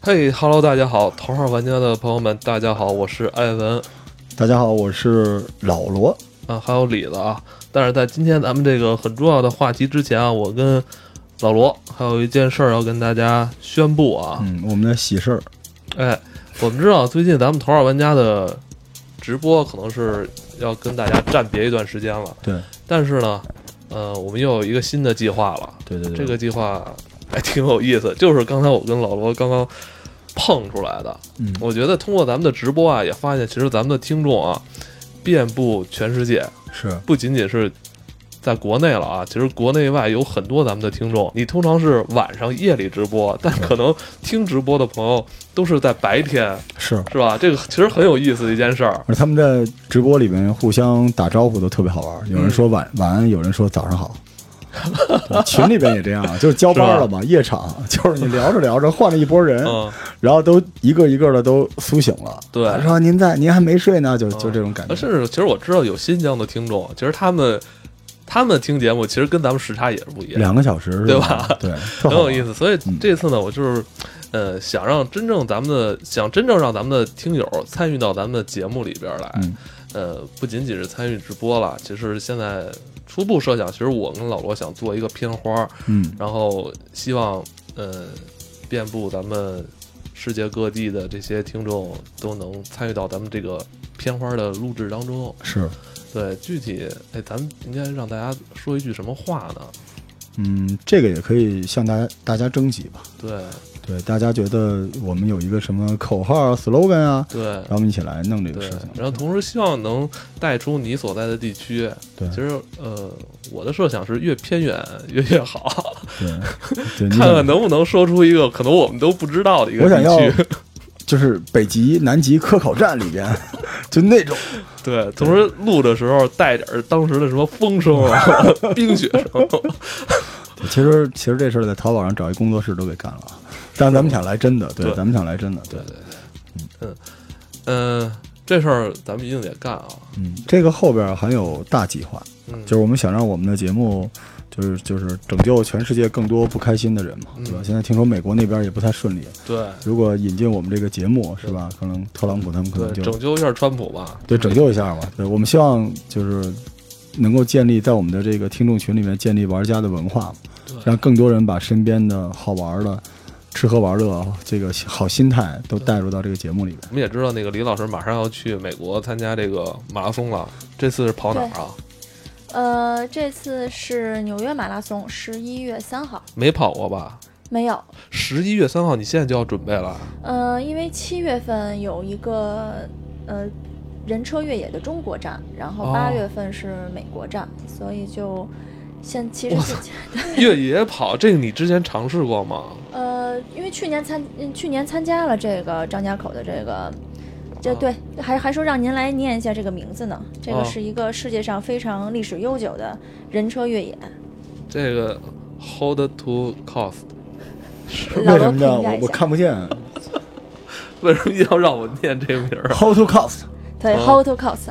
嘿哈喽，大家好，头号玩家的朋友们，大家好，我是艾文大家好，我是老罗。啊，还有李子啊。但是在今天咱们这个很重要的话题之前啊，我跟老罗还有一件事儿要跟大家宣布啊。嗯，我们的喜事儿，嗯哎，我们知道最近咱们头号玩家的直播可能是要跟大家暂别一段时间了，对但是呢，呃，我们又有一个新的计划了。对对对，这个计划还挺有意思，就是刚才我跟老罗刚刚碰出来的。嗯我觉得通过咱们的直播啊，也发现其实咱们的听众啊，遍布全世界，是不仅仅是在国内了啊，其实国内外有很多咱们的听众。你通常是晚上夜里直播，但可能听直播的朋友都是在白天，是，是吧？这个其实很有意思的一件事儿。而他们在直播里面互相打招呼都特别好嗯玩，有人说晚、晚安，有人说早上好。 对群里边也这样，啊就是交班了嘛，夜场就是你聊着聊着换了一 波人，嗯，然后都一个一个的都苏醒了，对说您在，您还没睡呢，就就这种感啊觉，甚至其实我知道有新疆的听众，其实他们他们听节目其实跟咱们时差也是不一样。两个小时是对吧？对，特 很好有玩意思。所以嗯这次呢，我就是，呃，想让真正咱们的，想真正让咱们的听友参与到咱们的节目里边来。嗯呃，不仅仅是参与直播了，其实现在初步设想，其实我跟老罗想做一个片花儿，嗯，然后希望呃，遍布咱们世界各地的这些听众都能参与到咱们这个片花儿的录制当中。是，对，具体哎，咱们应该让大家说一句什么话呢？嗯，这个也可以向大家大家征集吧。对对，大家觉得我们有一个什么口号、slogan 啊，对然。后我们一起来弄这个对事，情。然后同时希望能带出你所在的地区。对其实，呃，我的设想是越偏远越越好，对，对，你看看想，能不能说出一个可能我们都不知道的一个嗯我想要地区。 就是北极、南极科考站里边， 就那种，对，同时录的时候带点儿当时的什么风声啊、 冰雪声。啊对其实其实这事儿在淘宝上找一工作室都给干了啊。但咱们想来真的，对，对咱们想来真的，对对，对对，嗯嗯、呃这事儿咱们一定得干啊。嗯，这个后边还有大计划，嗯，就是我们想让我们的节目。就是就是拯救全世界更多不开心的人嘛，对吧？嗯现在听说美国那边也不太顺利，对如果引进我们这个节目，是吧？可能特朗普他们可能对，就拯救一下川普吧。对，拯救一下嘛。对，我们希望就是能够建立在我们的这个听众群里面建立玩家的文化，对让更多人把身边的好玩的、吃喝玩乐啊这个好心态都带入到这个节目里面。我们也知道那个李老师马上要去美国参加这个马拉松了，这次是跑哪儿啊？呃，这次是纽约马拉松，十一月三号没跑过吧？没有。十一月三号，你现在就要准备了。呃，因为七月份有一个呃人车越野的中国站，然后哦八月份是美国站，所以就现其实哇是越野跑这个你之前尝试过吗？呃，因为去年参嗯去年参加了这个张家口的这个。这哦对，还还说让您来念一下这个名字呢。这哦个是一个世界上非常历史悠久的人车越野，这个 hold to cost，老为什么罗评呢？价我一我下。看不见。为什么一定要让我念这个名儿啊？ How to cost？对、哦 h o w to cost，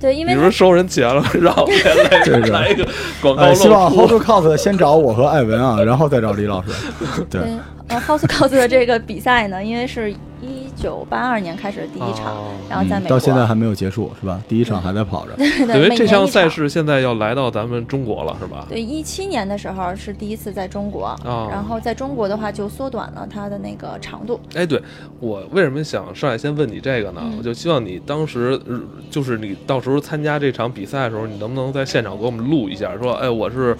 对，因你为不它是收人钱了，让我们来这个来一个广告呃，希望 How 露出。 to cost 先找我和艾文啊，然后再找李老师。对，呃，House Calls 的这个比赛呢，因为是一九八二年开始的第一场，哦然后在嗯美国、到现在还没有结束，是吧？第一场还在跑着。 对等每于这年项一赛场事现在要来到咱们中国了，是吧？对，一七年的时候是第一次在中国，哦然后在中国的话就缩短了它的那个长度。哎，对我为什么想上来先问你这个呢？嗯我就希望你当时呃就是你到时候参加这场比赛的时候，你能不能在现场给我们录一下？说，哎，我是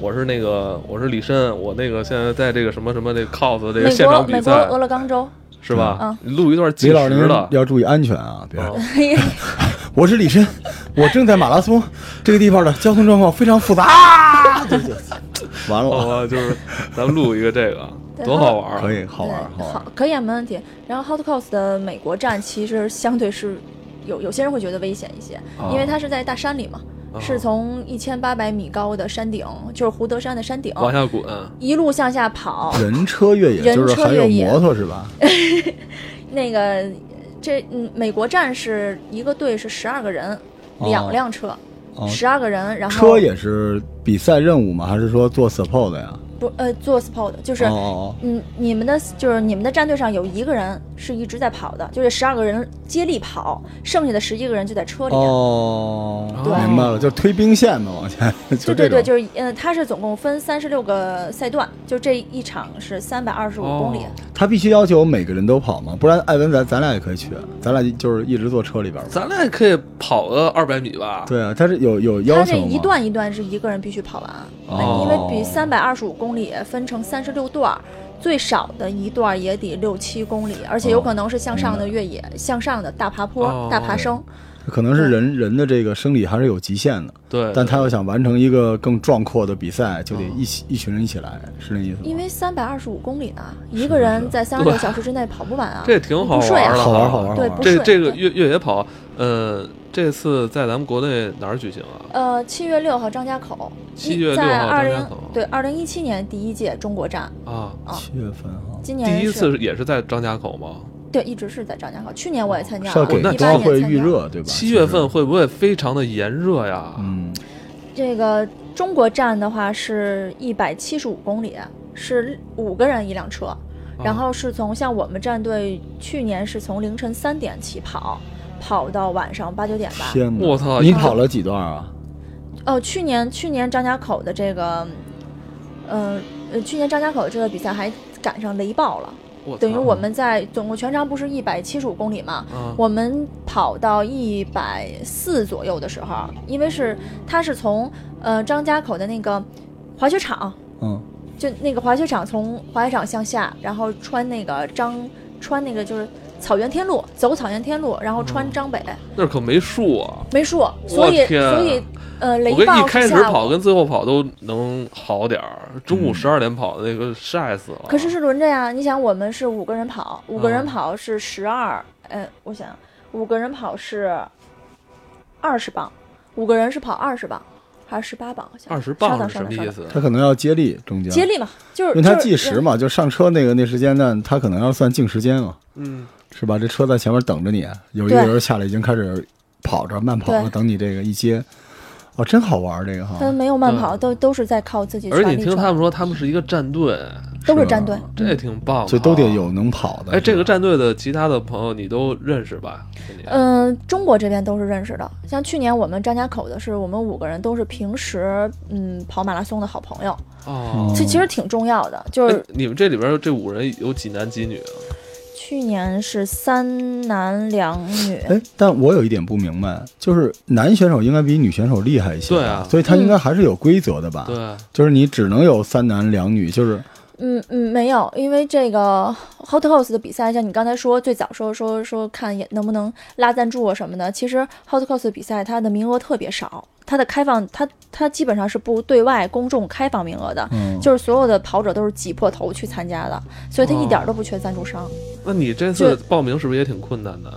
我是那个我是李申，我那个现在在这个什么什么这个 cos 这个美现国场比美国赛俄勒冈州，是吧？嗯你录一段计李老师时您的。要注意安全啊，别。啊我是李申，我正在马拉松这个地方的交通状况非常复杂啊，对对，完好了，吧，哦就是咱们录一个这个， 对多好玩儿！可以， 好玩对好玩，可以啊，没问题。然后 Hot Coast 的美国站其实相对是有有些人会觉得危险一些，哦因为它是在大山里嘛，哦是从一千八百米高的山顶，就是胡德山的山顶，往下滚。一路向下跑，人车越野人就是车还有越野摩托是吧？那个这嗯，美国站是一个队是十二个人，哦两辆车，哦，十二个人，然后车也是比赛任务吗？还是说做 support 的呀？不呃做 sport 就是。哦哦嗯，你们的就是你们的战队上有一个人是一直在跑的，就是十二个人接力跑，剩下的十一个人就在车哦里面。哦，对明白了，就推兵线嘛，往前， 就这对对对，种。就是嗯，它是总共分三十六个赛段，就这一场是三百二十五公里。哦他必须要求每个人都跑嘛，不然艾文咱咱俩也可以去，咱俩就是一直坐车里边嘛。咱俩也可以跑个二百米吧？对啊，他是有有要它求这吗一段一段是一个人必须跑完，哦因为比三百二十五公里分成三十六段儿，最少的一段儿也得六七公里，而且有可能是向上的越野、向上的大爬坡、哦大爬升。可能是人人的这个生理还是有极限的，对，但他要想完成一个更壮阔的比赛，就得一起一群人一起来，是那意思吗？因为三百二十五公里呢，一是个人是在三十六小时之内跑不完啊。这挺好不睡玩啊儿的，好玩儿好玩儿好对玩儿不。这睡这个对越越野跑，呃，这次在咱们国内哪儿举行啊？呃，七月六号张家口， 7一月6在号二张家零口对二零一七年第一届中国站，啊，七月份啊，今年第一是次也是在张家口吗？对一直是在张家口，去年我也参加是要了，给一八那年冬奥参会加预。热对吧？七月份会不会非常的炎热呀？嗯，这个中国站的话是一百七十五公里，是五个人一辆车，啊嗯然后是从像我们战队去年是从凌晨三点起跑，跑到晚上八九点吧。天哪！我操你跑了几段啊？哦，去年去年张家口的这个，嗯呃，去年张家口的这个比赛还赶上雷暴了，我等于操我们在总共全长不是一百七十五公里嘛，啊我们跑到一百四左右的时候，因为是它是从呃张家口的那个滑雪场，嗯，就那个滑雪场从滑雪场向下，然后穿那个张穿那个就是草原天路，走草原天路，然后穿张北、那儿可没树啊！没树，所以嗯天啊所以呃雷我跟暴一开是始下午跑跟最后跑都能好点儿，中嗯午十二点跑那个晒死了。可是是轮着呀，你想我们是五个人跑，五个啊人跑是十二、呃，我想五个人跑是二十磅，五个人是跑二十磅还是十八磅？好像二十稍磅等是稍什么等稍意等思？他可能要接力中间，接力嘛，就是因为他就是计时嘛，就上车那个那时间段，他可能要算净时间嘛，嗯，是吧？这车在前面等着你，有一个对人下来已经开始跑着慢跑了，对等你这个一接，哦，真好玩儿这个哈，他没有慢对跑，都都是在靠自己全而且力闯。你听他们啊说，他们是一个战队，都是是吧战队，这也挺棒的啊，就嗯都得有能跑的。哎，这个是吧战队的其他的朋友你都认识吧？嗯，中国这边都是认识的。像去年我们张家口的是，我们五个人都是平时嗯跑马拉松的好朋友，嗯哦，这其实挺重要的。就哎是你们这里边这五人有几男几女啊？去年是三男两女，哎，但我有一点不明白，就是男选手应该比女选手厉害一些吧，对啊嗯所以他应该还是有规则的吧？对，就是你只能有三男两女，就是嗯嗯，没有，因为这个 Hot House 的比赛，像你刚才说最早说说说看也能不能拉赞助啊什么的，其实 Hot House 的比赛它的名额特别少，它的开放它它基本上是不对外公众开放名额的，嗯，就是所有的跑者都是挤破头去参加的，所以它一点哦儿都不缺赞助商。那你这次报名是不是也挺困难的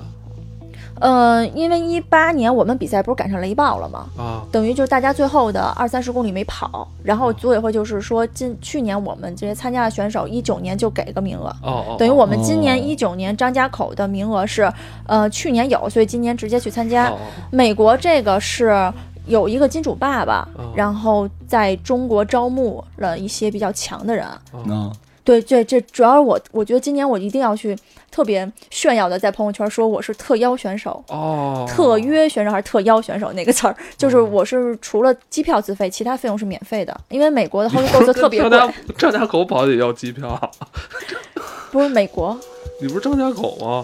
呃，因为一八年我们比赛不是赶上雷暴了吗？啊？等于就是大家最后的二三十公里没跑，然后组委会就是说，今去年我们这些参加的选手，一九年就给个名额，哦哦，等于我们今哦年一九年张家口的名额是，呃，去年有，所以今年直接去参加。哦哦美国这个是有一个金主爸爸哦，然后在中国招募了一些比较强的人。哦哦嗯，对，这这主要是我，我觉得今年我一定要去特别炫耀的在朋友圈说我是特邀选手。哦，特约选手还是特邀选手那个 词儿，就是嗯我是除了机票自费，其他费用是免费的，因为美国的 h o l d g o s 特别张贵，家张家口跑也要机票， 不是美国，你不是张家口吗？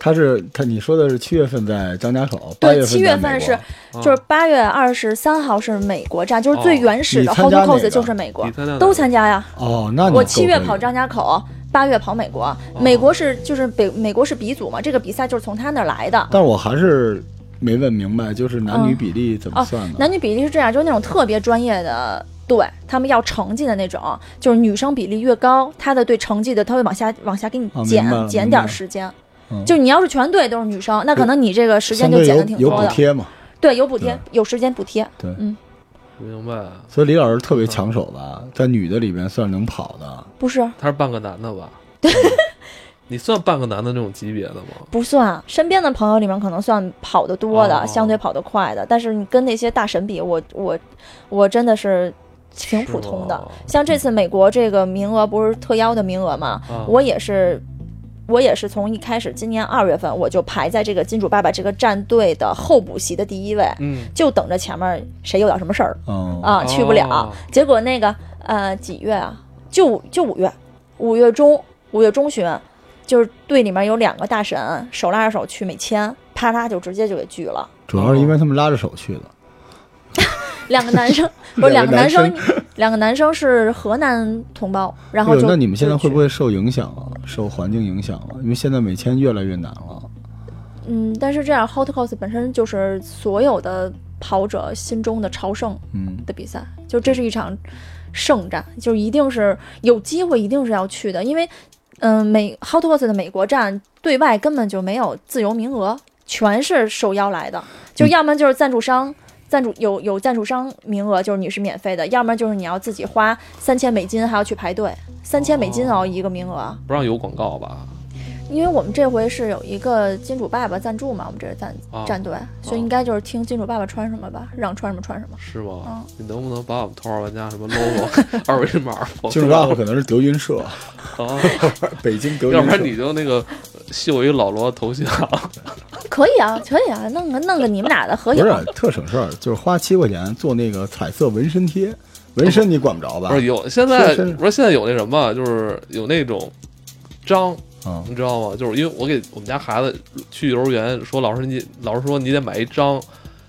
他是他你说的是七月份在张家口，八对，份七在月美份国嗯是啊就是八月二十三号是美国站，就是最原始的哦 h 你参加哪 o l d g o 个 s 就是美国你，参加哪个都参加呀。哦，那你够我哦七月可以跑张家口，八月跑美国，美国是就是北美国是鼻祖嘛，这个比赛就是从他那儿来的。但我还是没问明白，就是男女嗯比例怎么哦算的？男女比例是这样，就是那种特别专业的队，他们要成绩的那种，就是女生比例越高，她的对成绩的他会往下往下给你哦减、明白了减明白点了时间。嗯就你要是全队都是女生，那可能你这个时相间就对减有的挺有多补的。贴嘛？对，有补贴对，有时间补贴。对嗯，明白，所以李老师特别抢手吧，在女的里边算是能跑的。不是他是半个男的吧？ 你算半个男的那种级别的吗？不算，身边的朋友里面可能算跑得多的，哦相对跑得快的，但是你跟那些大神比，我我我真的是挺普通是的吗。像这次美国这个名额不是特邀的名额嘛，啊嗯我也是。我也是从一开始，今年二月份我就排在这个金主爸爸这个战队的候补席的第一位，嗯，就等着前面谁有点什么事儿嗯啊，去不了。哦结果那个呃几月啊？就五就五月，五月中五月中旬，就是队里面有两个大神手拉着手去美签，啪嗒就直接就给拒了。主要是因为他们拉着手去的。两个 男生不是两个男两个男生生，两个男生是河南同胞，然哎后呦，就那你们现在会不会？会受影响啊？受环境影响啊？因为现在美签越来越难了。啊嗯，但是这样 Hot Cos 本身就是所有的跑者心中的朝圣嗯，的比赛，就这是一场圣战，就一定是有机会，一定是要去的，因为嗯、美 Hot Cos 的美国站对外根本就没有自由名额，全是受邀来的，就要么就是赞助商。赞助有有赞助商名额，就是你是免费的，要么就是你要自己花三千美金还要去排队，三千美金哦一个名额，不让有广告吧？因为我们这回是有一个金主爸爸赞助嘛，我们这是战啊战队，所以应该就是听金主爸爸穿什么吧，让穿什么穿什么。是吗？嗯你能不能把我们头号玩家什么 logo、二 维码放金主爸爸可能是德云社， 啊？北京德云社。要不然你就那个秀一老罗头像， 可以啊，可以啊，弄个弄个你们俩的合不影是。啊特省事儿，就是花七块钱做那个彩色纹身贴，纹身你管不着吧不？是有现在是是不是现在有那什么，就是有那种章，啊，你知道吗？就是因为我给我们家孩子去幼儿园，说老师你老师说你得买一张，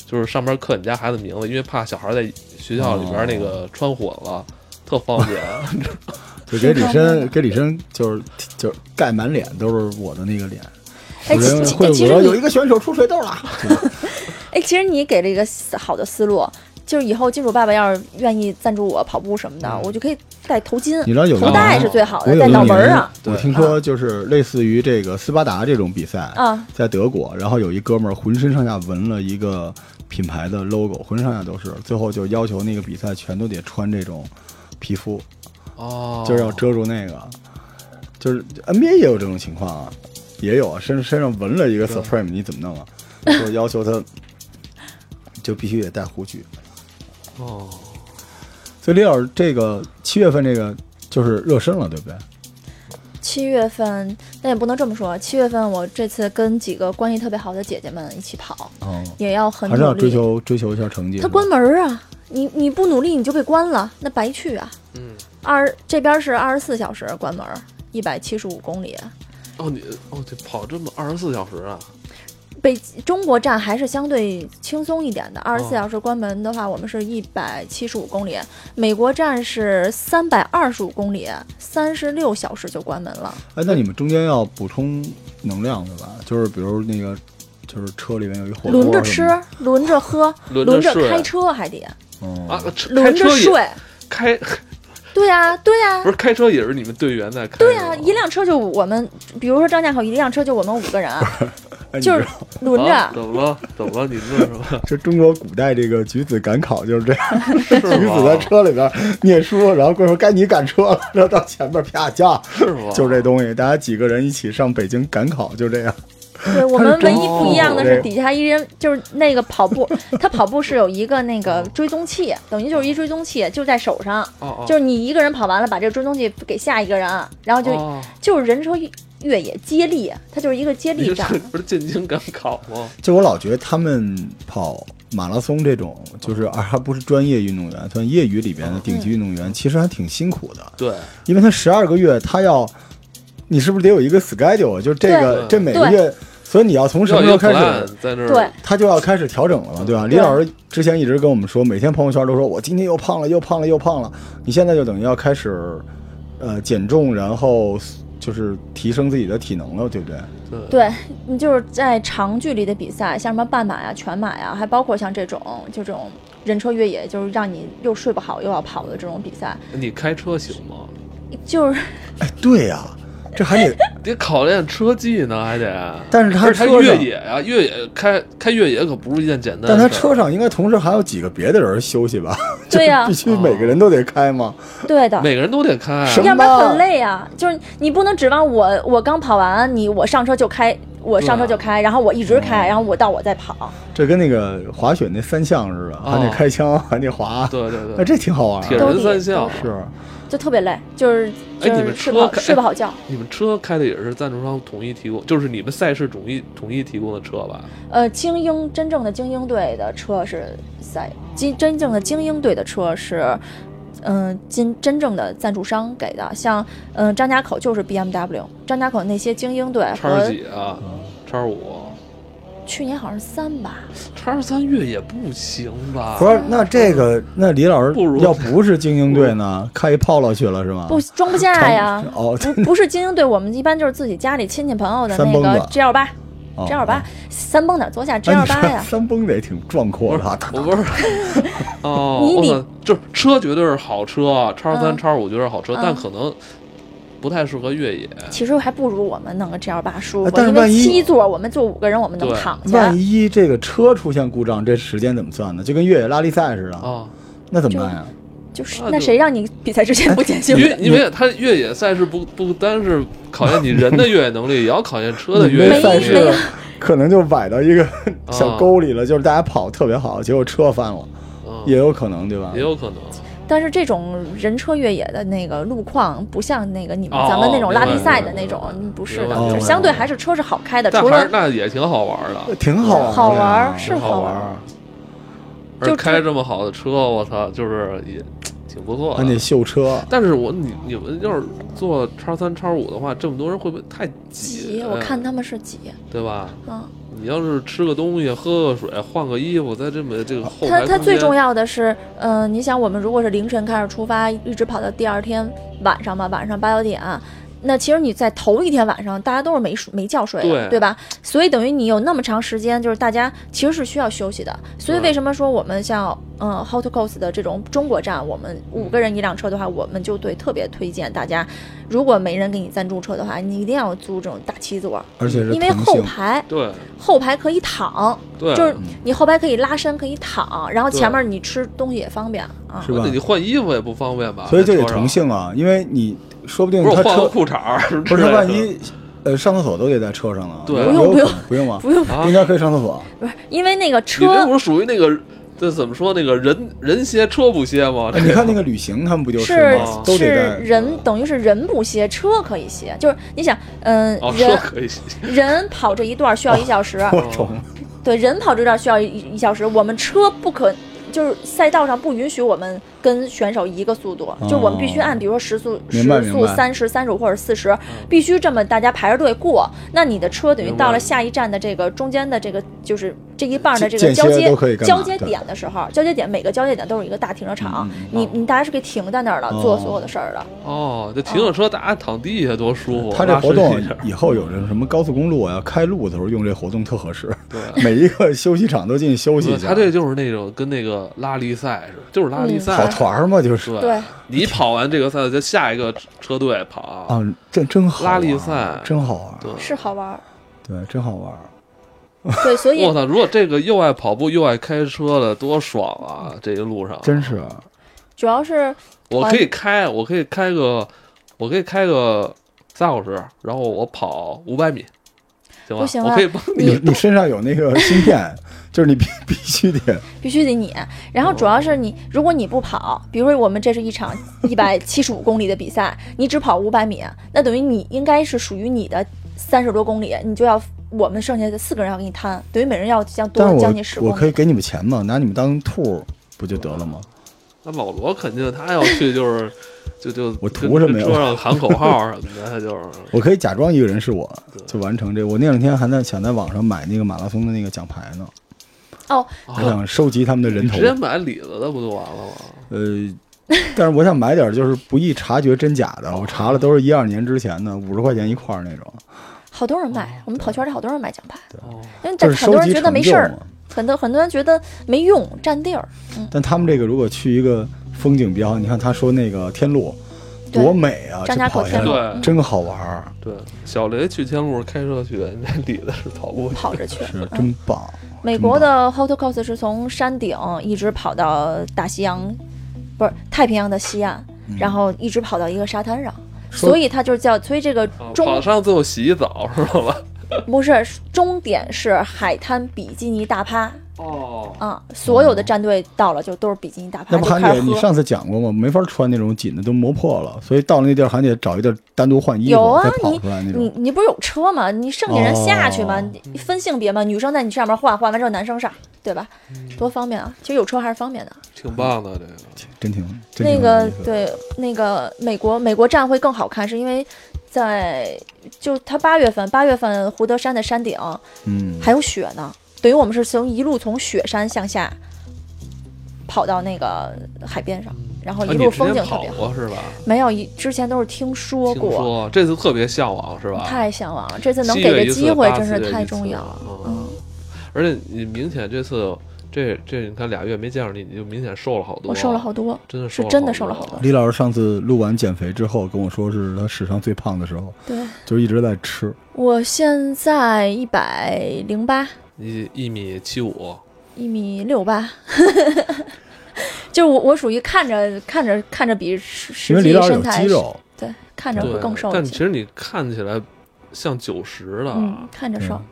就是上面刻你家孩子名字，因为怕小孩在学校里边那个哦穿混了，特方便。 就给李是这样申的给李申就是就是盖满脸都是我的那个脸。哎，有其人其会哎讹，其实有一你个选手出水痘了。哎，其实你给了一个思好的思路，就是以后金主爸爸要是愿意赞助我跑步什么的，我就可以戴头 巾嗯你知道有头个戴哦是最好我的，有带一脑门儿年啊，我听说就是类似于这个斯巴达这种比赛，啊，在德国，然后有一哥们儿浑身上下纹了一个品牌的 logo，浑身上下都是，最后就要求那个比赛全都得穿这种皮肤，哦，就是要遮住那个，就是 NBA 也有这种情况啊，也有啊，身身上纹了一个 Supreme，你怎么弄啊？就要求他就必须得戴护具。哦，所以李老师，这个七月份这个就是热身了，对不对？七月份，但也不能这么说。七月份我这次跟几个关系特别好的姐姐们一起跑，哦，也要很还是努要追力。求追求一下成绩是吧。他关门儿啊，你你不努力你就被关了，那白去啊。嗯，二这边是二十四小时关门，一百七十五公里。哦你哦这跑这么二十四小时啊？北中国站还是相对轻松一点的，二十哦四小时关门的话，我们是一百七十五公里；美国站是三百二十五公里，三十六小时就关门了。哎，那你们中间要补充能量对吧？就是比如那个，就是车里面有一火锅，轮着吃，，轮着喝，轮着轮着睡开车还得嗯啊，车开轮着车也睡。开对啊，对啊不，是哎开车也是你们队员在开吗？对啊，一辆车就我们，比如说张家口一辆车就我们五 个人，啊哎你就是知道轮啊着。怎么了？怎么了？你乐什么？这中国古代这个举子赶考 就是这样，是举子在吗？车里边念书，然后过一会儿该你赶车了，然后到前面啪架，是吗？ 就是这东西，大家几个人一起上北京赶考，就这样。对我们唯一不一样的它是是中底下一人就是那个跑步，他跑步是有一个那个追踪器，等于就是一追踪器就在手上，哦哦，就是你一个人跑完了，把这个追踪器给下一个人，然后就、哦就是人车越野接力，它就是一个接你力这 战。不是进京赶考吗？就我老觉得他们跑马拉松这种，就是而还不是专业运动员，算业余里边的顶级运动员，其实还挺辛苦的。对，因为他十二个月，他要，你是不是得有一个 schedule？啊就这个对这每个月，所以你要从什么要时有候开 plan 始，在那儿对，他就要开始调整了嘛，对吧？李对老师之前一直跟我们说，每天朋友圈都说我今天又胖了，又胖了，又胖了。你现在就等于要开始，呃，减重，然后就是提升自己的体能了，对不对？对对你就是在长距离的比赛，像什么半马呀、全马呀，还包括像这种就这种人车越野，就是让你又睡不好又要跑的这种比赛，你开车行吗？就是哎，对呀、这还得，得考验车技呢，还得。但是他而且车上越野呀、越野开开越野可不是一件简单的但事儿。他车上应该同时还有几个别的人休息吧？对呀必须每个人都得开吗？对的。每个人都得开、什么要不然很累啊！就是你不能指望我，我刚跑完你，我上车就开我上车就嗯开，然后我一直开，然后我到我再跑。这跟那个滑雪那三项似哦的，还得开枪，还得滑，对对那对，啊哎这挺好玩铁的。人三项都是是，就特别累，就是哎就你们车是睡不好开睡不好觉。你们车开的也是赞助商统一提供，就是你们赛事统一统一提供的车吧？呃，精英真正的精英队的车是赛，精真正的精英队的车是，嗯、金真正的赞助商给的，像嗯、呃张家口就是 BMW，张家口那些精英队叉和几啊？叉五？去年好像是三吧，叉三越野不行吧？不是，那这个，那李老师不如要不是精英队呢，开一炮了去了是吗？不装不 下呀。哦，不不是精英队，我们一般就是自己家里亲戚朋友的三那蹦个子 G 幺八哦，G 幺八，三蹦哪坐下 G 哎幺你八看呀，三蹦得挺壮阔的啊，哒我不是，哦，你我你操，就是车绝对是好车啊，叉三、嗯叉五绝对是好车，嗯但可能不太适合越野。啊其实还不如我们弄个 G 幺八舒哎服，但是因为万一七座我们坐五个人，我们能对躺下万。一这个车出现故障，这时间怎么算呢？就跟越野拉力赛似的，啊，那怎么办呀？就是那那就谁让你比赛之前不哎检修因的？为因为它越野赛事不不单是考验你人的越野能力，也要考验车的你越野那能赛没没事力有。可能就崴到一个啊小沟里了，就是大家跑得特别好，结果车翻了，嗯也有可能，对吧也？有可能。但是这种人车越野的那个路况，不像那个你们哦咱们那种拉力赛的明白那种明白，嗯不是明的白，明就白是相对还是车是好开的，但除还是了那也挺好玩的，挺好玩的呀，啊好玩儿是挺好好玩嗯儿儿。而就开这么好的车，我操，就是也挺不错还得的。秀车，但是我你你们要是坐叉三叉五的话，这么多人会不会太挤，挤？哎我看他们是挤，对吧？嗯，你要是吃个东西、喝个水、换个衣服，在这么这个后他排他空最间重要的是，嗯、你想我们如果是凌晨开始出发，一直跑到第二天晚上吧，晚上八九点、那其实你在头一天晚上，大家都是没睡没觉睡的，对对吧？所以等于你有那么长时间，就是大家其实是需要休息的。所以对为什么说我们像嗯 Hot Coast 的这种中国站，我们五个人一辆车的话，我们就对特别推荐大家，如果没人给你赞助车的话，你一定要租这种大七座，而且是因为同后性，排对后排可以躺，对，啊就是你后排可以拉伸，可以躺，然后前面你吃东西也方便嗯啊是。吧那你换衣服也不方便吧？所以就得在车上同，性啊，因为你说不定不是他我换个车裤衩 儿，不不是他万一呃上厕所都得在车上了，对有不用有可不用能不用吗？不用，啊应，该可以上厕所，不是因为那个你这车不是属于那个这怎么说那个人人歇车不歇吗？哎你看那个旅行他们不就是是吗？都是得在人，等于是人不歇，车可以歇。就是你想，嗯哦，，车人可以哦歇，人跑这一段需要一小时， 我懂了。对，人跑这段需要一一小时，我们车不可。就是赛道上不允许我们跟选手一个速度，就我们必须按，比如说时速、哦明时白明速白三十、三十五或者四十，必须这么大家排着队过。那你的车等嗯于明白到了下一站的这个中间的这个，就是这一半的这间个交间歇接都可以干嘛交接点的时候，交接点每个交接点都是一个大停车场，嗯你你大家是可以停在那儿的，做哦所有的事儿的。哦，这停着车大家躺地下多舒服，他这拉活动伸一下以后有这什么高速公路啊，开路的时候用这活动特合适，对。每一个休息场都进去休息一对下。他这就是那种跟那个拉力赛似的，就是拉力嗯赛。跑团儿嘛，就是对，你跑完这个赛，就下一个车队跑。啊，这真好玩儿，拉力赛哦真好玩儿，对，是好玩儿。对，真好玩儿。对，所以我操！如果这个又爱跑步又爱开车的，多爽啊！这一路上，真是主要是我可以开，我可以开个，我可以开个三小时，然后我跑五百米，行吧？不行啊我可以帮你你你身上有那个 芯片，就是你必必须得必须得你。然哦后主要是你，如果你不跑，比如说我们这是 一场一百七十五公里的比赛，你只跑五百米，那等于你应该是属于你的三十多公里，你就要我们剩下的四个人要给你摊，等于每人要将但多将近是十我我公可以里。给你们钱嘛，拿你们当兔儿不就得了吗？那老罗肯定他要去就是， 就就我图什么呀跟车上喊口号什么的，他就是我可以假装一个人是我，就完成这个。我那两天还在想在网上买那个马拉松的那个奖牌呢，哦，我啊，想收 集他们的人你头直。接买李子的不就完了吗？呃，但是我想买点儿就是不易察觉真假的，我查了都是一二年之前的，五十块钱一块儿那种，好多人买，我们跑圈里好多人买奖牌，哦，因为就但是很收多人集觉得成没就事儿，嗯嘛。很多很多人觉得没用，占地儿。但他们这个如果去一个风景比较好，你看他说那个天路对多美啊，张这家口跑下天路来对真好玩儿，对，小雷去天路开车去， 那李子是跑步去。跑着去，是真棒。美真棒国的 Hot Coast 是从山顶一直跑到大西洋，不是太平洋的西岸，然后一直跑到一个沙滩上，嗯说所以它就叫，所以这个啊中跑上最后洗一澡是吧？不是终点是海滩比基尼大趴哦，啊，所有的战队到了就都是比基尼大趴，哦那不就韩开姐始你喝。上次讲过吗？没法穿那种紧的，都磨破了，所以到了那地儿，韩姐找一地儿单独换衣服，有啊再跑你出来那你种。你不是有车吗？你剩下人下去吗？哦你分性别吗？女生在你上面换，换完之后男生上，对吧？多方便啊！其实有车还是方便的。 挺棒的这个。哦真挺真挺那有个意思的对，那个美国美国站会更好看，是因为在就它八月份，八月份胡德山的山顶嗯，还有雪呢，等于我们是从一路从雪山向下跑到那个海边上，然后啊一你路之前风景特跑别好。过是吧？没有一之前都是听说听过，说这次特别向往是吧？太向往了，这次能七给月的一机次会八真四是月太一次重要了。了。嗯，而且你明显这次这这你看俩月没见着你，你就明显瘦了好多。我瘦了好多，真的是了真的瘦了好多。李老师上次录完减肥之后跟我说，是他史上最胖的时候，对就是一直在吃。我现在一百零八，一一米七五，一米六八， 就是我我属于看着看着看着比实因实为李际老师有身材肌肉，对看着会对，更瘦但一其些，实啊你看起来像九十的，嗯，看着瘦嗯。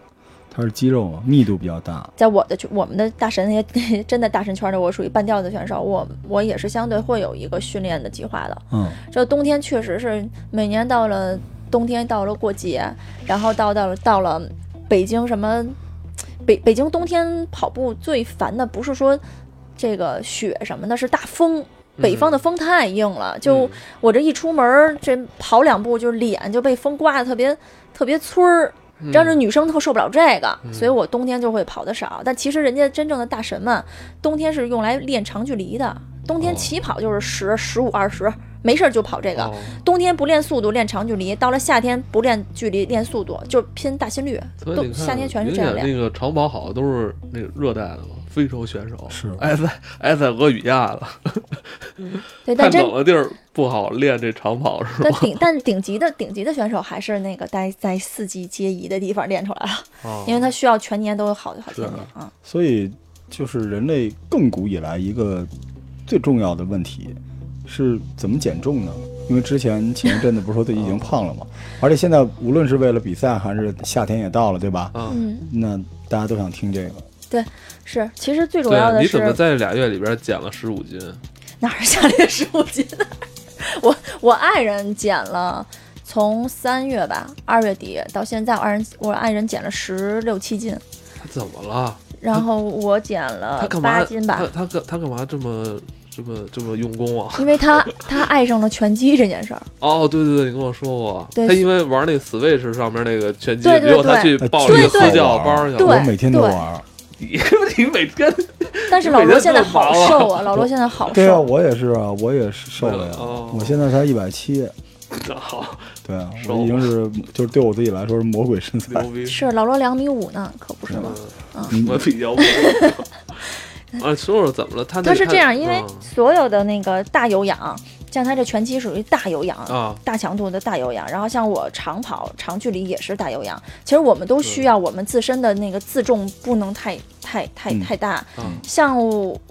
他是肌肉嘛，密度比较大。在我的圈我们的大神那些 真的大神圈里，我属于半吊子选手，我我也是相对会有一个训练的计划的。嗯，这冬天确实是每年到了冬天，到了过节，然后到到了到了北京什么北北京冬天跑步最烦的不是说这个雪什么的，是大风。北方的风太硬了，就嗯我这一出门儿，这跑两步就脸就被风刮的特别特别村儿，嗯让这女生特受不了这个，嗯所以我冬天就会跑得少。但其实人家真正的大神们，冬天是用来练长距离的，冬天哦起跑就是十、十五、二十，没事儿就跑这个。哦冬天不练速度，练长距离；到了夏天不练距离，练速度，就拼大心率。所以都你看，夏天全是这样明练。显那个长跑好的都是那个热带的嘛，非洲选手是埃塞埃塞俄比亚的，太对，但真冷的地儿不好练这长跑是但吧？顶但顶级的顶级的选手还是那个待在四季皆宜的地方练出来了，哦因为他需要全年都有好好是天气啊。所以就是人类亘古以来一个最重要的问题是怎么减重呢？因为之前前一阵子不是说自己已经胖了嘛，而且现在无论是为了比赛还是夏天也到了，对吧？啊，嗯，那大家都想听这个。是，其实最主对，要啊的你是怎么在这俩月里边减了十五斤？哪儿下来十五斤？ 我我爱人减了，从三月吧，二月底到现在，我爱人我爱人减了十六七斤，他怎么了？然后我减他了干嘛？呃八斤吧他。他干他干嘛这么这么这么用功啊？因为他他爱上了拳击这件事儿，哦，对对对，你跟我说过，对他因为玩那个 Switch 上面那个拳击，对对结果他去对哎报啊了一个对对私教班儿去对了。我每天都玩。你 你每天但是老每罗天现在这么好忙啊瘦啊，老罗现在好对啊，瘦，我也是啊，我也是瘦了呀。哦我现在才一百七，好对啊，瘦我已经是就是对我自己来说是魔鬼 身材牛。逼，是老罗两米五呢，可不是吗？嗯我比较不 啊，说说怎么了？他那他是这样，嗯因为所有的那个大有氧，像他这拳击属于大有氧，啊，大强度的大有氧，然后像我长跑、长距离也是大有氧。其实我们都需要我们自身的那个自重不能太太太嗯太大。嗯像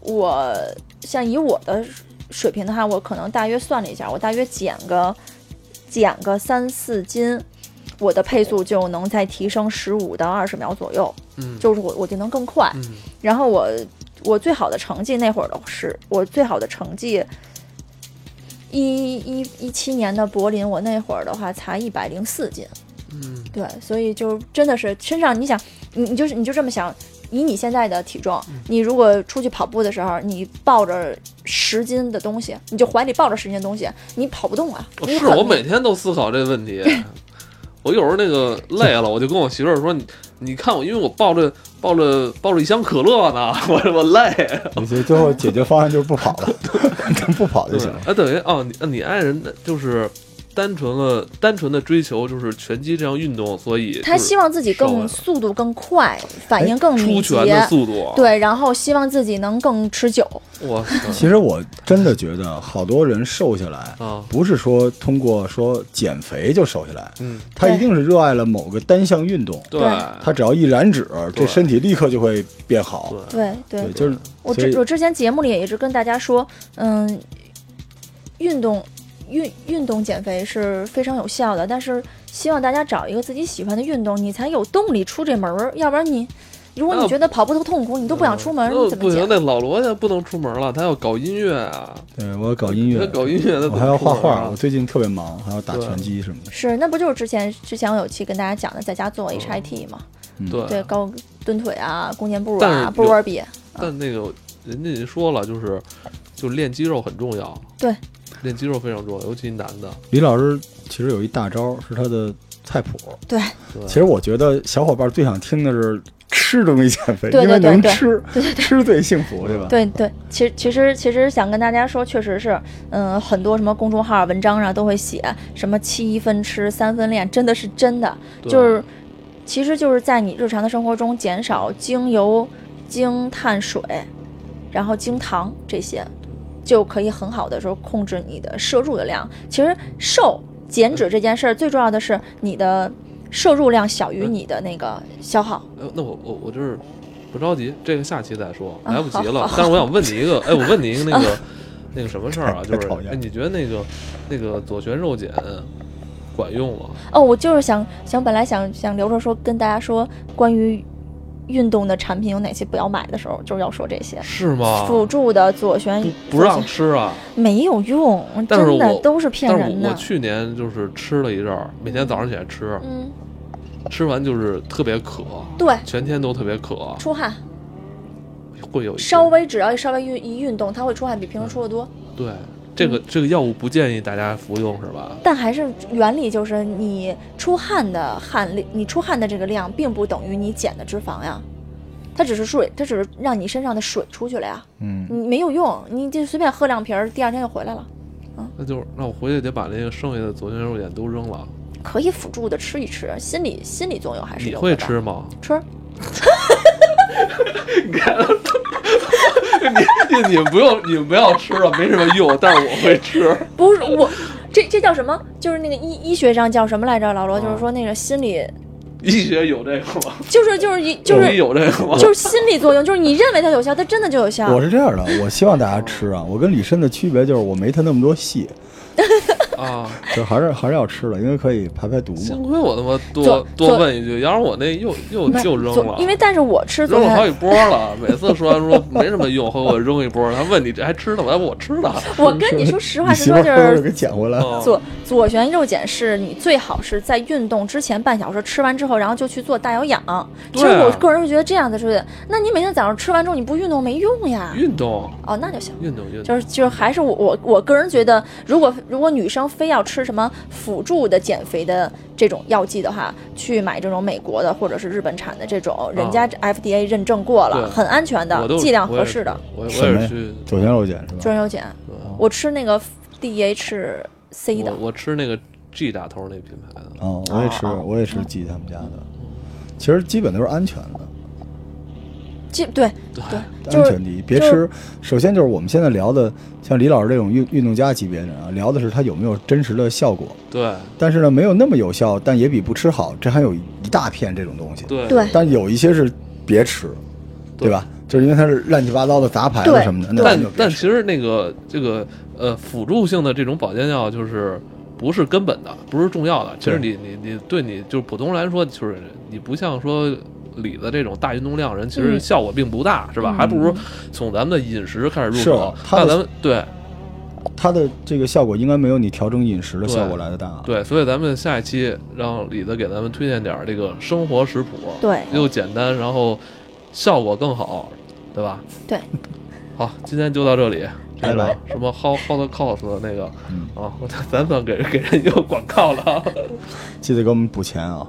我像以我的水平的话，我可能大约算了一下，我大约减个减个三四斤，我的配速就能再提升十五到二十秒左右，嗯，就是我我就能更快。嗯然后我我最好的成绩那会儿的是我最好的成绩，一一一七年的柏林，我那会儿的话才一百零四斤，嗯，对，所以就真的是身上你想你你就是你就这么想，以你现在的体重，嗯你如果出去跑步的时候，你抱着十斤的东西，你就怀里抱着十斤的东西，你跑不动啊，哦你是很我每天都思考这个问题。我有时候那个累了，我就跟我媳妇儿说：“你你看我，因为我抱着抱着抱着一箱可乐呢，我我累。所以最后解决方案就是不跑了， 不跑”就对行了，。哎，等于哦，你你爱人的就是单纯的单纯的追求就是拳击这项运动，所以他就是希望自己瘦啊更了速度更快，反应更哎出敏捷拳，的速度。，啊对，然后希望自己能更持久。我操其实我真的觉得，好多人瘦下来，啊，不是说通过说减肥就瘦下来，嗯，他对一定是热爱了某个单项运动，对，对他只要一燃脂，对这身体立刻就会变好。对，对对对，就是我所以之我之前节目里也一直跟大家说，嗯，运动运运动减肥是非常有效的，但是希望大家找一个自己喜欢的运动，你才有动力出这门儿。要不然你，如果你那觉得跑步特痛苦，你都不想出门，那你怎呃不么行，减？那老罗现在不能出门了，他要搞音乐啊，对我搞音乐他，搞音乐，他我还要画画，怎我么出门啊最近特别忙，还要打对拳击什么的。是，那不就是之前之前我有期跟大家讲的，在家哦做 HIT 嘛？嗯、对对，高蹲腿啊，弓箭步但是啊有，波波比，但那个人家已经说了，就是就练肌肉很重要，对，练肌肉非常重要，尤其男的。李老师其实有一大招是他的菜谱。对，对其实我觉得小伙伴最想听的是吃东西减肥，对对因为能对对吃，吃最幸福，对吧？对对，其实其实其实想跟大家说，确实是，嗯、很多什么公众号文章上都会写什么七分吃三分练，真的是真的，对就是其实就是在你日常的生活中减少精油、精碳水，然后精糖这些，就可以很好的时候控制你的摄入的量。其实瘦减脂这件事儿，最重要的是你的摄入量小于你的那个消耗。哎，那我我我就是不着急，这个下期再说，啊来不及了。好好但是我想问你一 个，哎，我问你一个那个、那个什么事 儿啊？太就太是讨厌哎，你觉得那个那个左旋肉碱管用吗？哦，我就是想想，本来想想留着说跟大家说关于运动的产品有哪些不要买的时候，就是要说这些。是吗？辅助的左旋不不左让旋吃啊！没有用，但是真的我都是骗但是人我我的。去年就是吃了一阵儿，每天早上起来吃，嗯，吃完就是特别渴，对，全天都特别渴，出汗，会有一些稍微只要稍微运一运动，它会出汗比平时出的多。对这嗯个这个药物不建议大家服用是吧？但还是原理就是你出汗的汗量，你出汗的这个量并不等于你减的脂肪呀，它只是水，它只是让你身上的水出去了呀，嗯，你没有用，你就随便喝两瓶儿，第二天就回来了。那就是那我回去得把那个剩下的左旋肉碱都扔了。可以辅助的吃一吃，心理心理作用还是你有的。会吃？吗？ 吃，你你们不用，你们不要吃了，没什么用，但是我会吃。不是我，这这叫什么？就是那个医医学上叫什么来着？老罗嗯就是说那个心理，医学有这个吗？就是就是一就中医是有这个吗？ 就是心理作用，就是你认为它有效，它真的就有效。我是这样的，我希望大家吃啊。我跟李申的区别就是我没他那么多戏，啊，就还是还是要吃的，因为可以排排毒嘛幸。亏我他妈多左多左问一句，要是我那又又没有又扔左了，因为但是我 吃昨扔了好天，几波了。每次说完说没什么用，后来我扔一波，他问你这还吃呢吗？哎我吃 了。我跟你说实话你 实媳妇说，儿就会不会 是嗯给捡回来？哦左左旋肉碱是你最好是在运动之前半小时吃完之后，然后就去做大有氧。其实对啊我个人是觉得这样的是，那你每天早上吃完之后你不运动没用呀。运动，哦，那就行。运动，运动。就是就是还是我我我个人觉得，如果如果女生非要吃什么辅助的减肥的这种药剂的话，去买这种美国的或者是日本产的这种，人家 FDA 认证过了，啊对很安全我的都，剂量合适的。，我也是什我么也呀是左旋肉碱是吧？专有碱，我我吃那个 DHC 也是，的我，我吃那个 G 打头那品牌的，哦，我也吃，哦哦我也吃鸡他们家的。其实基本都是安全的，这对对对，就安是全第一。别就是吃，首先就是我们现在聊的，像李老师这种运运动家级别的人啊，聊的是他有没有真实的效果。对但是呢，没有那么有效，但也比不吃好。这还有一大片这种东西。，对对但有一些是别吃，对对吧？就是因为它是乱七八糟的杂牌子对什么的，那咱但就别但吃其实那个这个呃辅助性的这种保健药就是不是根本的，不是重要的。其实你你你对你就是普通人来说，就是你不像说李子这种大运动量人，其实嗯效果并不大，是吧？还不如从咱们的饮食开始入是啊手。他那的咱们对它的这个效果应该没有你调整饮食的对效果来的大。，啊对，所以咱们下一期让李子给咱们推荐点儿这个生活食谱，对又简单，然后效果更好，对吧？对，好，今天就到这里。拜拜。什么 How How the Cost 那个嗯，啊，我咱算给给人一个广告了啊。记得给我们补钱啊。